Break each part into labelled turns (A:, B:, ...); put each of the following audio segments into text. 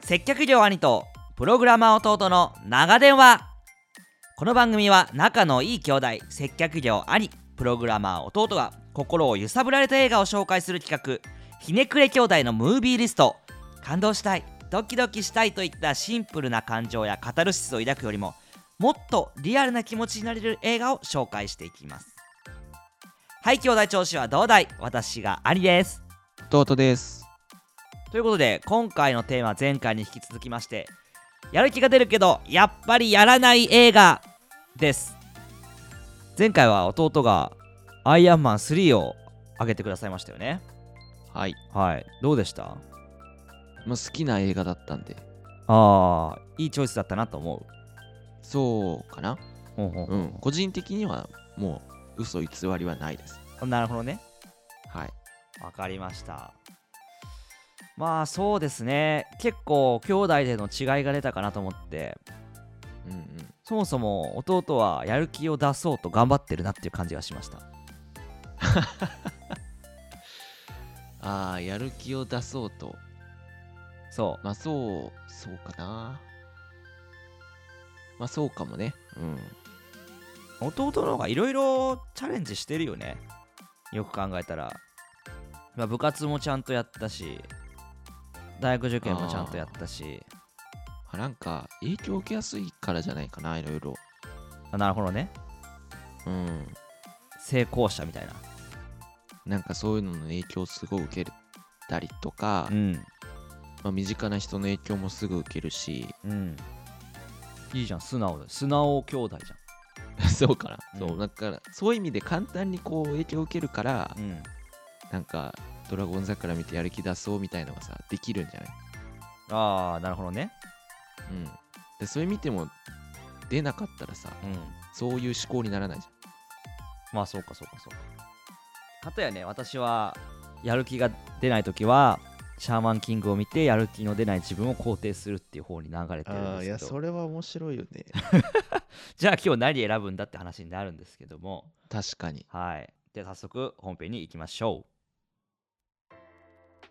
A: 接客業兄とプログラマー弟の長電話この番組は仲のいい兄弟接客業兄プログラマー弟が心を揺さぶられた映画を紹介する企画ひねくれ兄弟のムービーリスト感動したいドキドキしたいといったシンプルな感情やカタルシスを抱くよりももっとリアルな気持ちになれる映画を紹介していきますはい兄弟調子はどうだい私が兄です
B: 弟です
A: ということで今回のテーマ前回に引き続きましてやる気が出るけどやっぱりやらない映画です前回は弟がアイアンマン3を上げてくださいましたよね
B: はい、
A: はいどうでした
B: まあ、好きな映画だったんで
A: あーいいチョイスだったなと思
B: そうかな
A: うほうほう
B: うん個人的にはもう嘘偽りはないです
A: なるほどね
B: はい
A: わかりましたまあそうですね結構兄弟での違いが出たかなと思って
B: うんうん
A: そもそも弟はやる気を出そうと頑張ってるなっていう感じがしました
B: ああやる気を出そうと
A: そう
B: まあそうそうかなまあそうかもねうん
A: 弟の方がいろいろチャレンジしてるよねよく考えたら、まあ、部活もちゃんとやったし大学受験もちゃんとやったし
B: あなんか影響受けやすいからじゃないかないろいろ
A: あなるほどね
B: うん
A: 成功者みたいな
B: なんかそういうのの影響をすごい受けたりとか、
A: うん
B: まあ、身近な人の影響もすぐ受けるし
A: うんいいじゃん素直だ素直兄弟じ
B: そうかな、
A: うん
B: そうだからそういう意味で簡単にこう影響を受けるから
A: ゃん、うん、
B: なんか「ドラゴン桜」見てやる気出そうみたいのがさできるんじゃない、
A: ああなるほどね
B: うん、でそれ見ても出なかったらさ
A: うん
B: そういう思考にならないじ
A: まあそうかそうかそうかかたやね私はやる気が出ない時はシャーマンキングを見てやる気の出ない自分を肯定するっていう方に流れて
B: ゃ
A: る
B: ん
A: んですけど
B: れは面白いよね
A: じゃあ今日何選ぶんだって話になるんですけども
B: 確かに
A: はいでは早速本編に行きましょう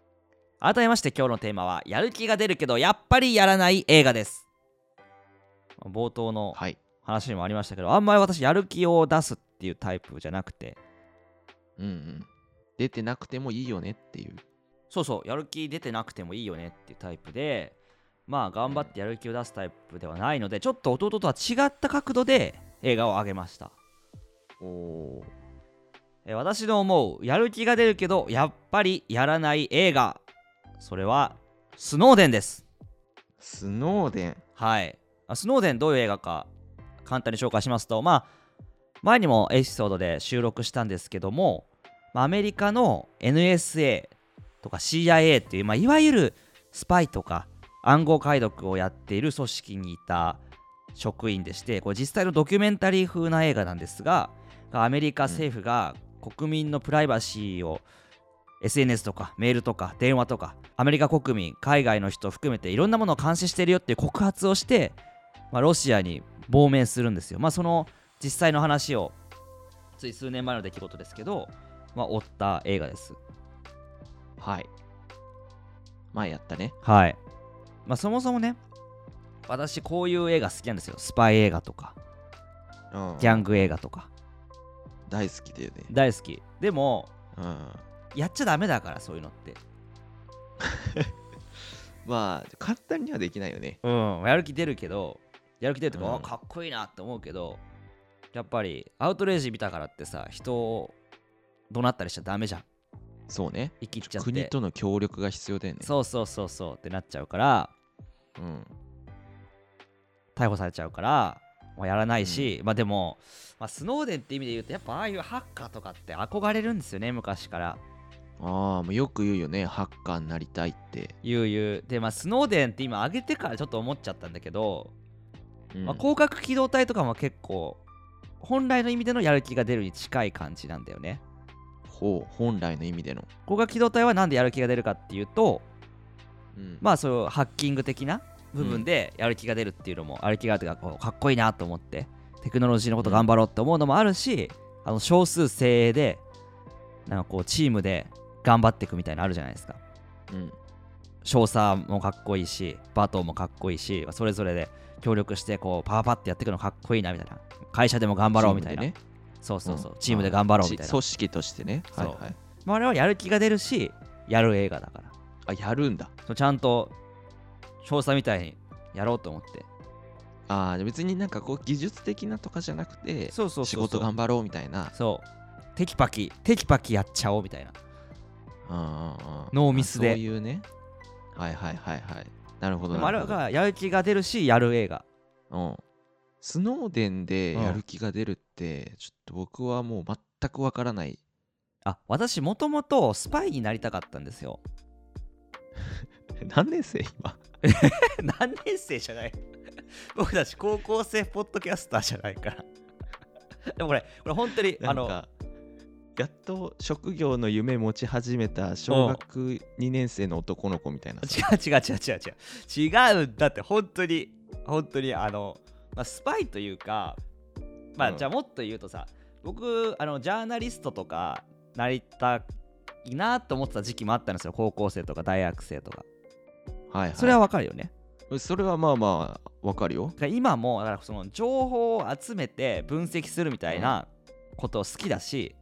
A: 改めまして今日のテーマはやる気が出るけどやっぱりやらない映画です冒頭の
B: はい
A: 話にもありましたけどあんまり私やる気を出すっていうタイプじゃなくて
B: うんうん出てなくてもいいよねっていう
A: そうそうやる気出てなくてもいいよねっていうタイプでまあ頑張ってやる気を出すタイプではないのでちょっと弟とは違った角度で映画を上げました
B: おー
A: えー私の思うやる気が出るけどやっぱりやらない映画それはスノーデンです
B: スノーデン
A: はいあスノーデンどういう映画か簡単に紹介しますとまあ前にもエピソードで収録したんですけどもまあアメリカの NSA とか CIA っていう、まあ、いわゆるスパイとか暗号解読をやっている組織にいた職員でしてこれ実際のドキュメンタリー風な映画なんですがアメリカ政府が国民のプライバシーを SNS とかメールとか電話とかアメリカ国民海外の人含めていろんなものを監視してるよっていう告発をして、まあ、ロシアに亡命するんですよ。まあ、その実際の話をつい数年前の出来事ですけど、まあ、追った映画です。
B: はい前やったね
A: はい。まあ、そもそもね、私、こういう映画好きなんですよ。スパイ映画とか、
B: うん
A: ギャング映画とか、
B: 大好きだよね
A: 大好き。でも、
B: うん
A: やっちゃダメだから、そういうのって。
B: まあ簡単にはできないよね
A: うん、やる気出るけど、やる気出るとか、
B: うん
A: あかっこいいなって思うけど、やっぱり、アウトレイジ見たからってさ、人を怒鳴ったりしちゃダメじゃん。
B: そうね
A: 生きっちゃって。
B: 国との協力が必要だよね
A: そうそうそうそうってなっちゃうから、
B: うん
A: 逮捕されちゃうから、まあ、やらないし、まあでも、まあ、スノーデンって意味で言うとやっぱああいうハッカーとかって憧れるんですよね昔から
B: ああもうよく言うよねハッカーになりたいって、
A: 悠々でまあスノーデンって今上げてからちょっと思っちゃったんだけど、
B: うん
A: まあ、広角機動隊とかも結構本来の意味でのやる気が出るに近い感じなんだよね
B: ほう本来の意味での、
A: 広角機動隊はなんでやる気が出るかっていうと
B: うん
A: まあそういうハッキング的な部分でやる気が出るっていうのも、やる気があるというかこうかっこいいなと思ってテクノロジーのこと頑張ろうって思うのもあるし、あの少数精鋭でなんかこうチームで頑張っていくみたいなのあるじゃないですか
B: うん
A: 少佐もかっこいいしバトンもかっこいいしそれぞれで協力してこうパワーパってやっていくのかっこいいなみたいな会社でも頑張ろうみたいな、
B: チームでね
A: そうそうそう、
B: ん
A: チームで頑張ろうみたい
B: ち
A: な
B: 組織としてね。
A: そ
B: は
A: う
B: いはい。
A: まああれはやる気が出るしやる映画だから
B: あ、やるんだ。
A: そうちゃんと少佐みたいにやろうと思って
B: ああ、じゃあ別になんかこう技術的なとかじゃなくて、
A: そうそうそうそう
B: 仕事頑張ろうみたいな。
A: そうテキパキテキパキやっちゃおうみたいな
B: うんうんうん
A: ノーミスで
B: あそういうね。はいはいはいはい。なるほど
A: でもあ
B: な
A: れ
B: るほど。
A: がやる気が出るしやる映画
B: うん。スノーデンで
A: うん
B: やる気が出るって、ちょっと僕はもう全くわからない。
A: あ私もともとスパイになりたかったんですよ
B: 何年生今
A: 何年生じゃない 僕たち高校生ポッドキャスターじゃないから でもこれこれ本当にあ
B: なん
A: の
B: かやっと職業の夢持ち始めた小学2年生の男の子みたいな。
A: 違う違う違う違う違う違うんだって本当に本当にあの、まあ、スパイというかまあ、
B: うん
A: じゃあもっと言うとさ僕あのジャーナリストとかなりたいなと思ってた時期もあったんですよ高校生とか大学生とか
B: はいはい、
A: それはわかるよね、
B: それはまあまあわかるよ。
A: だから今もだからその情報を集めて分析するみたいなことを好きだし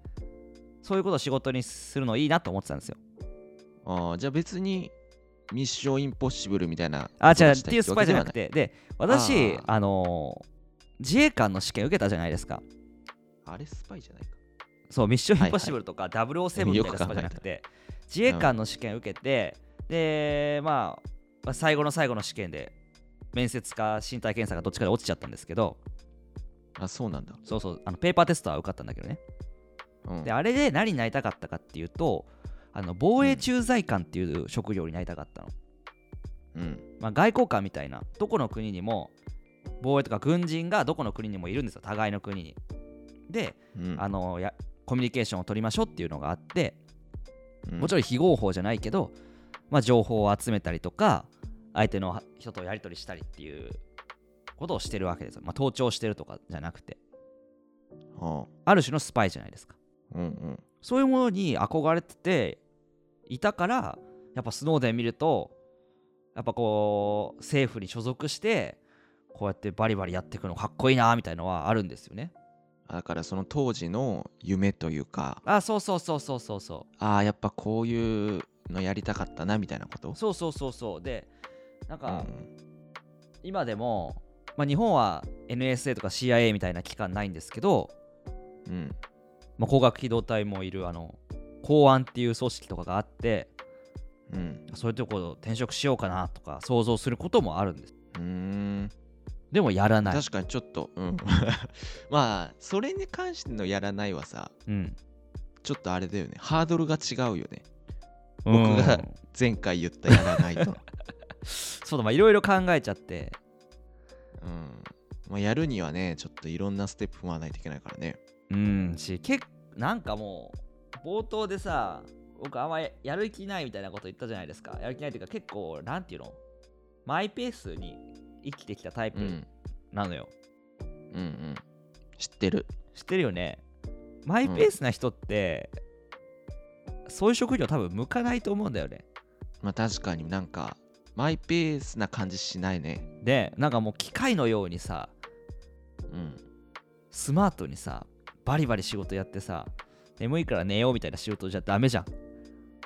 A: そういうことを仕事にするのいいなと思ってたんですよ
B: あーじゃあ別にミッションインポッシブルみたいな。
A: あ、じゃあ、
B: っ
A: っていうスパイじゃなく。て、で、私、あのー自衛官の試験受けたじゃないですか。
B: あれスパイじゃないか。
A: そう、ミッションイ
B: は
A: ン
B: い
A: ポッシブルとか007みたいなスパイじゃなくて、自衛官の試験受けて、で、まあ、まあ最後の最後の試験で、面接か身体検査かどっちかで落ちちゃったんですけど、
B: あ、そうなんだ。
A: そうそう、あのペーパーテストは受かったんだけどね。
B: うん
A: で、あれで何になりたかったかっていうと、あの防衛駐在官っていう職業になりたかったの。
B: うん、
A: まあ、外交官みたいなどこの国にも防衛とか軍人がどこの国にもいるんですよ互いの国に。で、
B: うん
A: あのやコミュニケーションを取りましょうっていうのがあって
B: うん
A: もちろん非合法じゃないけど、まあ、情報を集めたりとか相手の人とやり取りしたりっていうことをしてるわけですよ。まあ、盗聴してるとかじゃなくて
B: あ
A: ある種のスパイじゃないですか。
B: ーうんうん。
A: そういうものに憧れてていたからやっぱスノーデン見るとやっぱこう政府に所属してこうやってバリバリやっていくのかっこいいなみたいのはあるんですよね。
B: あだからその当時の夢というか、
A: あそうそうそうそうそうそ
B: ああ、やっぱこういうのやりたかったなみたいなこと
A: うそうそうそうそうでなんか
B: うん
A: 今でも、まあ、日本は NSA とか CIA みたいな機関ないんですけど、
B: うん。
A: まあ、光学機動隊もいるあの公安っていう組織とかがあって
B: うん。
A: そういうところ転職しようかなとか想像することもあるんです
B: うーん。
A: でもやらない、
B: 確かにちょっと、うん。 まあ、それに関してのやらないはさ、
A: うん、
B: ちょっとあれだよね。ハードルが違うよね。
A: 僕
B: が前回言ったやらない と。
A: そうだまあいろいろ考えちゃって
B: うん。まあ、やるにはね、ちょっといろんなステップ踏まないといけないからね。
A: うんし結なんかもう冒頭でさ僕あんまやる気ないみたいなこと言ったじゃないですかやる気ないっていうか結構なんていうのマイペースに生きてきたタイプ
B: うん。
A: なのよ、
B: うんうん。知ってる。
A: 知ってるよねマイペースな人って、そういう職業多分向かないと思うんだよね
B: まあ、確かになんか、マイペースな感じしないね。
A: でなんかもう機械のようにさ
B: うん。
A: スマートにさバリバリ仕事やってさ眠いから寝ようみたいな仕事じゃダメじゃん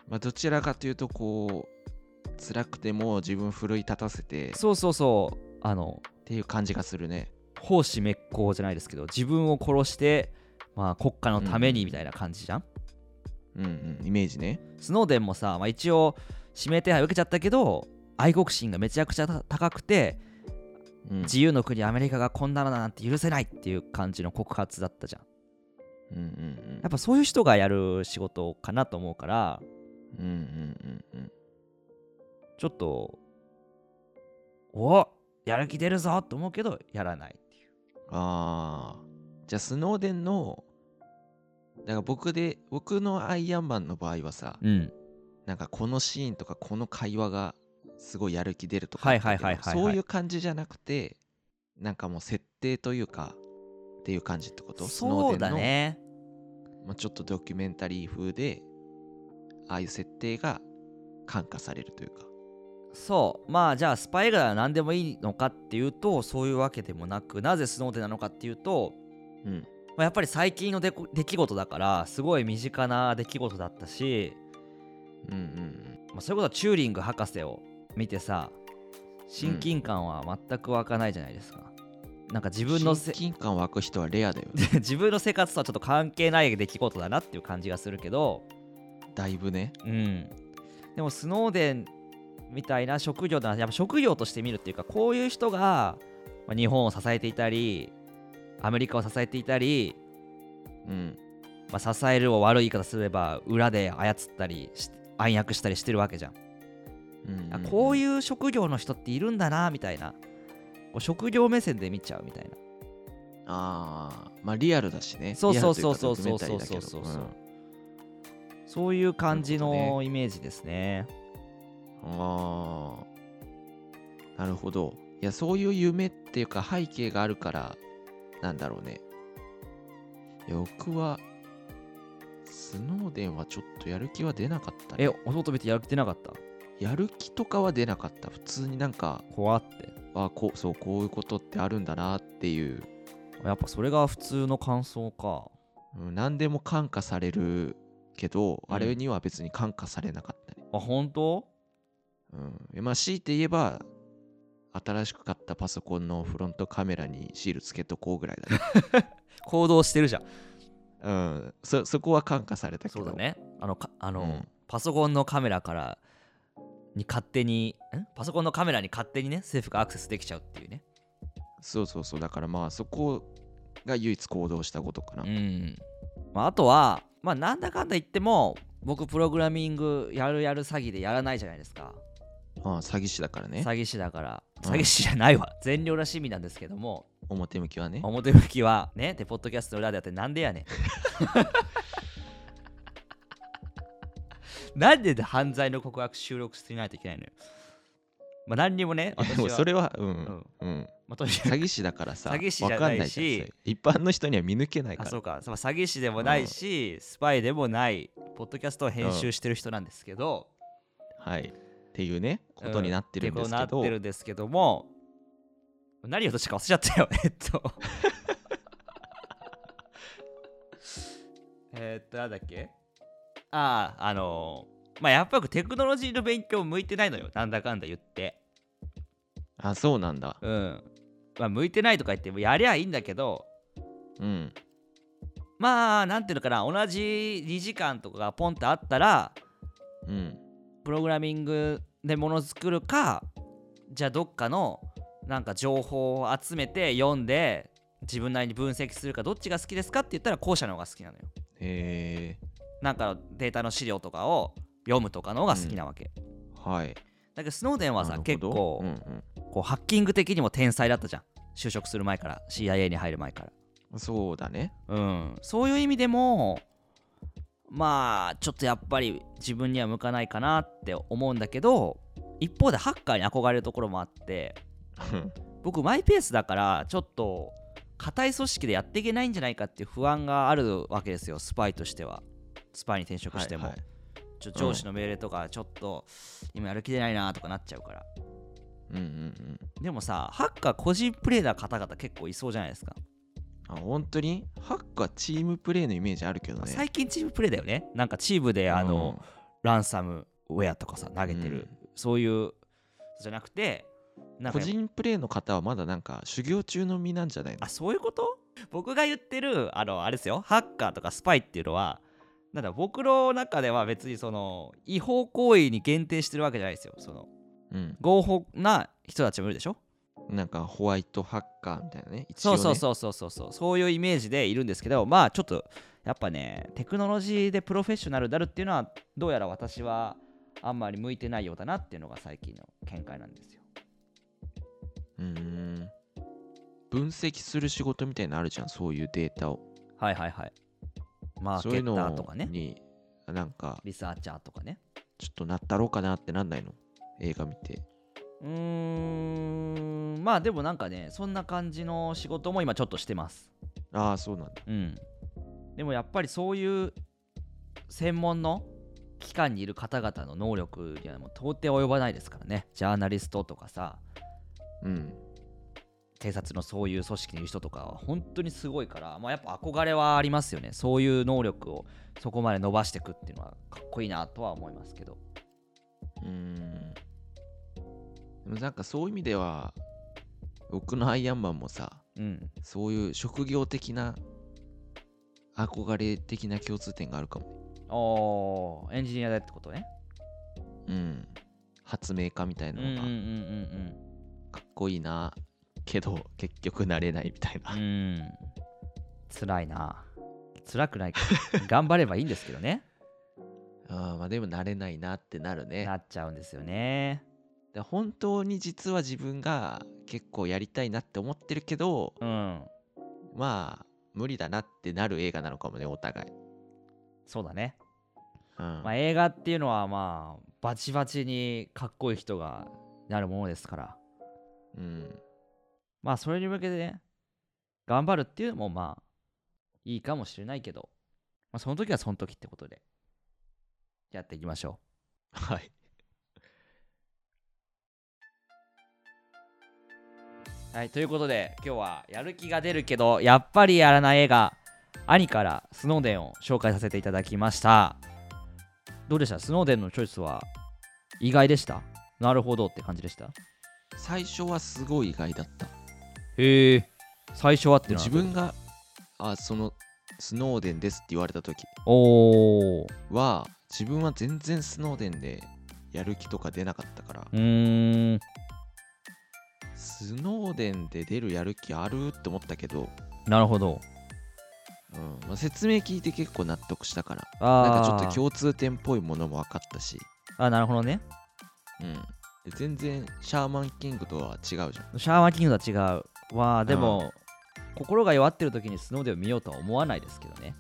B: まあ、どちらかというと、こう、辛くても自分奮い立たせてっ
A: そうそうそうあの
B: ていう感じがするね。
A: 奉仕滅公じゃないですけど自分を殺して、まあ、国家のためにみたいな感じじゃん、
B: うんうん。イメージね。
A: スノーデンもさ、まあ、一応指名手配受けちゃったけど愛国心がめちゃくちゃた高くて
B: うん。
A: 自由の国アメリカがこんなのなんて許せないっていう感じの告発だったじゃん
B: うんうん
A: やっぱそういう人がやる仕事かなと思うから
B: うん。うんうんうんうん。
A: ちょっとおやる気出るぞと思うけどやらないっていう
B: ああ。じゃあ、スノーデンの、だから僕で、僕のアイアンマンの場合はさ、
A: うん
B: なんかこのシーンとかこの会話がすごいやる気出るとか
A: はいはいはいはいはい
B: そういう感じじゃなくてなんかもう設定というかっていう感じってことスノー
A: そう
B: デン
A: だ
B: の
A: ね
B: まあ、ちょっとドキュメンタリー風でああいう設定が感化されるというか
A: そうまあじゃあスパイ映画なら何でもいいのかっていうとそういうわけでもなくなぜスノーデンなのかっていうと、
B: うん
A: まあやっぱり最近の出こ出来事だからすごい身近な出来事だったし、
B: うんうん
A: まあ、それこそチューリング博士を見てさ親近感は全く湧かないじゃないですか、なんか自
B: うん。
A: 分のせ
B: 親近感湧く人はレアだよね。
A: 自分の生活とはちょっと関係ない出来事だなっていう感じがするけど
B: だいぶね。
A: うん、でもスノーデンみたいな職業だなやっぱ職業として見るっていうかこういう人がまあ日本を支えていたりアメリカを支えていたり、
B: うん。
A: まあ、支えるを悪い言い方すれば裏で操ったりし暗躍したりしてるわけじゃん、
B: うん
A: あこう
B: う
A: いう職業の人っているんだなみたいなこう職業目線で見ちゃうみたいな
B: うん。ああ、まあリアルだしね。
A: そうそう
B: リアルといか
A: そうそうそう
B: ドキュメンタリーだけど
A: そうそうそうそういう感じ
B: なるほど
A: のイメージですね
B: うんああ。なるほど。いや、そういう夢っていうか背景があるから、なんだろうね。いや僕は、スノーデンはちょっとやる気は出なかったね。
A: え弟見てやる気出なかった
B: やる気とかは出なかった。普通になんか、
A: 怖って
B: あこう、そう、こういうことってあるんだなっていう
A: やっぱそれが普通の感想か
B: うん何でも感化されるけど、
A: うん
B: あれには別に感化されなかったね。
A: あ本当
B: うん、まあ強いて言えば新しく買ったパソコンのフロントカメラにシールつけとこうぐらい だね。
A: 行動してるじゃん
B: うん、そそこは感化されたけ
A: そ
B: ど。
A: うだねあのかあ
B: う
A: の、
B: ん。
A: パソコンのカメラからに勝手にんパソコンのカメラに勝手にね政府がアクセスできちゃうっていうね
B: そうそうそう。だからまあそこが唯一行動したことかな。
A: うん、まあ、あとはまあなんだかんだ言っても僕プログラミングやるやる詐欺でやらないじゃないですか
B: ああ詐欺師だからね。
A: 詐欺師だから
B: うん
A: 詐欺師じゃないわ、善良な趣味なんですけども
B: 表向きはね。
A: 表向きはねでポッドキャストの裏でやってなんでやねん なんでで犯罪の告白収録していないといけないのよまあ何にもね
B: いや
A: 私
B: でも
A: は
B: それは、うん、
A: ん
B: うん。
A: まあとにかく
B: 詐欺師だからさ、
A: 詐欺師じゃないし
B: わかんないじゃんそれ一般の人には見抜けないか
A: あ
B: ら。
A: そうかそう詐欺師でもないし、スパイでもないポッドキャストを編集してる人なんですけど、
B: はい。っていうね、ことになってるんです
A: うんってこと
B: けど。
A: になってるんですけども何をとしか忘れちゃったよえっと えっとなんだっけあああのーまあやっぱりテクノロジーの勉強向いてないのよなんだかんだ言って
B: あ、そうなんだ。
A: うんまあ向いてないとか言ってもやりゃいいんだけど
B: うん。
A: まあなんていうのかな同じ2時間とかがポンってあったら
B: うん。
A: プログラミングでもの作るかじゃあどっかのなんか情報を集めて読んで自分なりに分析するかどっちが好きですかって言ったら後者の方が好きなのよ
B: へえ。
A: なんかデータの資料とかを読むとかの方が好きなわけ、
B: はい。
A: だけどスノーデンは
B: な
A: さ
B: るほど
A: 結構、
B: うん
A: こうハッキング的にも天才だったじゃん就職する前から CIA に入る前から
B: うん、そうだね。
A: うん、そういう意味でもまあちょっとやっぱり自分には向かないかなって思うんだけど一方でハッカーに憧れるところもあって僕マイペースだからちょっと固い組織でやっていけないんじゃないかっていう不安があるわけですよスパイとしてはスパイに転職しても、
B: はいはい
A: ちょ上司の命令とかちょっと今やる気出ないなとかなっちゃうから
B: うんうんうん。
A: でもさハッカー個人プレイな方々結構いそうじゃないですか、
B: あ、本当にハッカーチームプレイのイメージあるけどね。
A: 最近チームプレイだよねなんかチームであの、ランサムウェアとかさ投
B: うん、
A: げてる、
B: うん。
A: そういうじゃなくてなんか
B: 個人プレイの方はまだなんか修行中の身なんじゃないの
A: あそういうこと僕が言ってるあのあれですよハッカーとかスパイっていうのはなんだ僕の中では別にその違法行為に限定してるわけじゃないですよその
B: うん。
A: 合法な人たちもいるでしょ
B: なんかホワイトハッカーみたいなね。一応
A: そ
B: ね
A: うそうそうそうそうそうそういうイメージでいるんですけどまあちょっとやっぱねテクノロジーでプロフェッショナルになるっていうのはどうやら私はあんまり向いてないようだなっていうのが最近の見解なんですよ
B: うーん。分析する仕事みたいなのあるじゃん、そういうデータを。
A: はいはいはい。マーケ
B: そういう
A: ッ
B: の
A: ターとかね、
B: に、なんか、
A: リサーチャーとかね。
B: ちょっとなったろうかなってなんないの映画見て。
A: うーん、まあでもなんかね、そんな感じの仕事も今ちょっとしてます。
B: ああ、そうなんだ。
A: うん。でもやっぱりそういう専門の機関にいる方々の能力にはもう到底及ばないですからねジャーナリストとかさ
B: うん
A: 警察のそういう組織にいる人とかは本当にすごいから、まあ、やっぱ憧れはありますよねそういう能力をそこまで伸ばしていくっていうのはかっこいいなとは思いますけど
B: うーんでもなんかそういう意味では僕のアイアンマンもさ
A: うん
B: そういう職業的な憧れ的な共通点があるかも
A: おーエンジニアだってことね
B: うん発明家みたい
A: うん
B: な
A: うんうん
B: のがかっこいいなけど結局なれないみた
A: う
B: い
A: んう
B: なん
A: うん辛いな辛くないか 頑張ればいいんですけどね
B: あーまあでもなれないなってなるね
A: なっちゃうんですよね
B: で本当に実は自分が結構やりたいなって思ってるけど
A: うん
B: まあ無理だなってなる映画なのかもねお互い、
A: そうだね、
B: うん
A: まあ、映画っていうのはまあバチバチにかっこいい人がなるものですから
B: うん、
A: まあそれに向けてね、頑張るっていうのもまあいいかもしれないけど、まあその時はその時ってことで、やっていきましょ
B: はい。
A: う。はい、ということで今日はやる気が出るけど、やっぱりやらない映画、兄からスノーデンを紹介させていただきました。どうでしたスノーデンのチョイスは意外でしたなるほどって感じでした
B: 最初はすごい意外だった。
A: へえ、最初はってのは
B: 自分が、あ、その、スノーデンですって言われた時
A: おー、
B: は、自分は全然スノーデンでやる気とか出なかったから、
A: うーん、
B: スノーデンで出るやる気あるって思ったけど、
A: なるほど。
B: うんまあ、説明聞いて結構納得したから、
A: あー
B: なんかちょっと共通点っぽいものも分かったし、
A: あ、なるほどね。
B: うん。で全然シャーマンキングとは違うじゃん。
A: シャーマンキングとは違う。わあ、でも、心が弱ってる時にスノーデンを見ようとは思わないですけどね。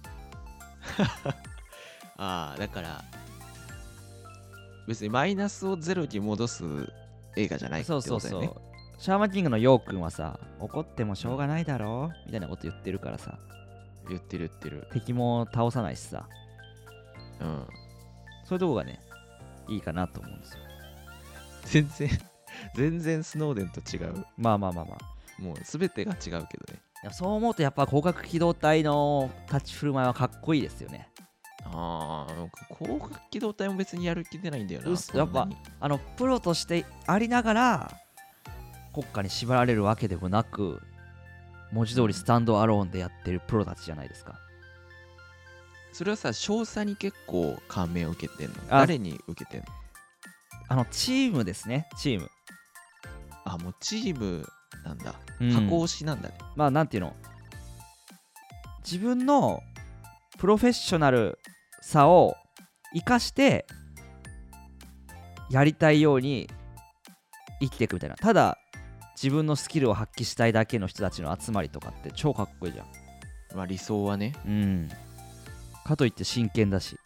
B: ああ、だから、別にマイナスをゼロに戻す映画じゃないって
A: そ
B: こ
A: う
B: と
A: そう
B: だ
A: そ
B: よ
A: う。
B: ね。
A: シャーマンキングのヨウ君はさ、怒ってもしょうがないだろうみたいなこと言ってるからさ、
B: 言ってる言ってる。
A: 敵も倒さないしさ、
B: うん。
A: そういうとこがね、いいかなと思うんですよ。
B: 全然、 全然スノーデンと違う。
A: まあまあまあまあ。
B: もう全てが違うけどね。
A: いやそう思うとやっぱ広角機動隊の立ち振る舞いはかっこいいですよね。
B: ああ、なんか広角機動隊も別にやる気出ないんだよな。
A: うっ
B: そんなに
A: あのプロとしてありながら国家に縛られるわけでもなく文字通りスタンドアローンでやってるプロたちじゃないですか。
B: それはさ、少佐に結構感銘を受けてんの。
A: あ
B: 誰に受けてんの
A: あのチームですね、チーム。
B: あ、もうチームなんだ。
A: うん
B: 箱推しなんだね。
A: まあなんていうの自分のプロフェッショナルさを生かしてやりたいように生きていくみたいなただ自分のスキルを発揮したいだけの人たちの集まりとかって超かっこいいじゃん
B: まあ理想はね。
A: うんかといって真剣だし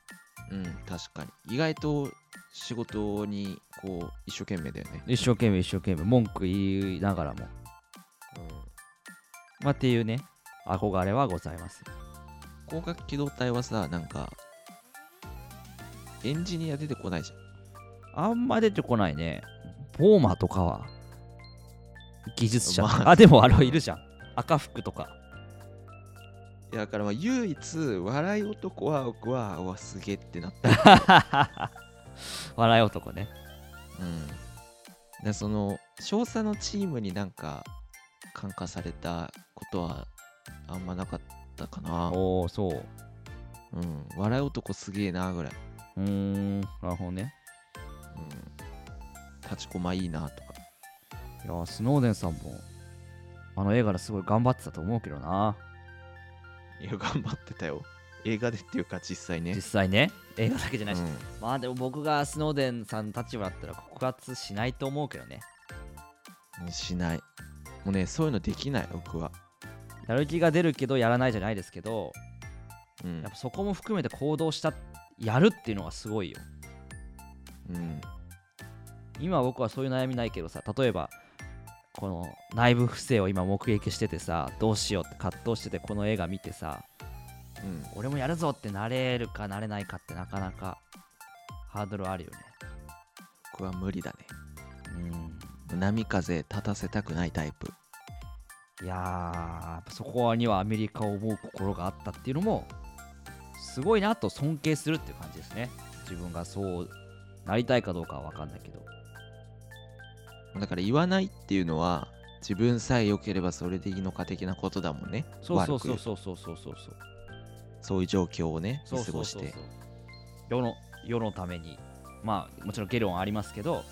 B: うん、確かに。意外と仕事にこう、一生懸命だよね。
A: 一生懸命一生懸命文句言いながらも
B: うん。
A: まあっていうね憧れはございます
B: 光学機動隊はさなんかエンジニア出てこないじ
A: あんま出てこないね。ボーマとかは技術者。
B: ま
A: あ、
B: あ
A: でもあれいるじゃん。赤服とか。
B: ゃんいやだからまあ唯一笑い男は僕はうわすげえってなった、
A: 笑い男ね。
B: うん、でその少佐のチームになんか感化されたことはあんまなかったかな、
A: おお、そう。
B: うん、笑い男すげえなぐらい、
A: うーん、なるほどね。
B: うん、立ちこまいいなとか
A: いやー、スノーデンさんも、あの映画ですごい頑張ってたと思うけどな。
B: いや頑張ってたよ映画でっていうか実際ね
A: 実際ね、映画だけじゃないし。
B: うん
A: まあでも僕がスノーデンさん立場だったら告発しないと思うけどね。
B: しないもうねそういうのできない僕は、
A: やる気が出るけどやらないじゃないですけど、
B: うん
A: やっぱそこも含めて行動した、やるっていうのがすごいよ。
B: うん、
A: 今は僕はそういう悩みないけどさ例えばこの内部不正を今目撃しててさどうしようって葛藤しててこの映画見てさ
B: うん
A: 俺もやるぞってなれるかなれないかってなかなかハードルあるよね
B: 僕は無理だね
A: うん
B: 波風立たせたくないタイプ
A: いやーやっぱそこにはアメリカを思う心があったっていうのもすごいなと尊敬するっていう感じですね自分がそうなりたいかどうかは分かんないけど
B: だから言わないっていうのは自分さえ良ければそれでいいのか的なことだもんね
A: そうそうそう
B: 悪く
A: そうそうそうそうそう
B: そういう状況をね
A: そう
B: 見過
A: そ
B: ご
A: う
B: し
A: そう
B: て
A: そう世の世のためにまあもちろん議論はありますけど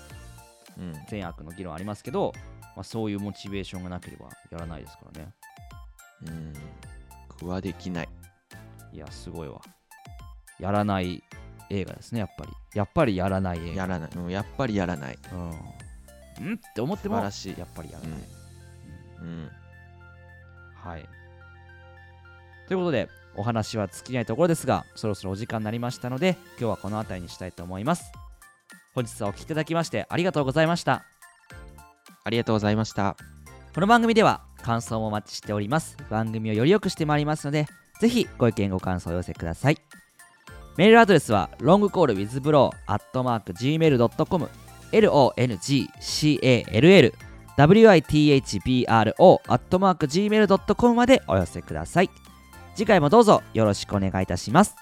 B: うん
A: 善悪の議論はありますけど、まあ、そういうモチベーションがなければやらないですからね
B: うん僕はできない
A: いやすごいわやらない映画ですねやっぱりやっぱりやらない映画
B: やらない、うん、やっぱりやらない
A: うん、んって思っても
B: 素晴らしい
A: やっぱりやらない、
B: うん
A: はいということでお話は尽きないところですがそろそろお時間になりましたので今日はこの辺りにしたいと思います本日はお聴きいただきましてありがとうございました
B: ありがとうございました
A: この番組では感想もお待ちしております番組をより良くしてまいりますのでぜひご意見ご感想をお寄せくださいメールアドレスは longcallwithbro.gmail.com longcallwithbro.gmail.com までお寄せください次回もどうぞよろしくお願いいたします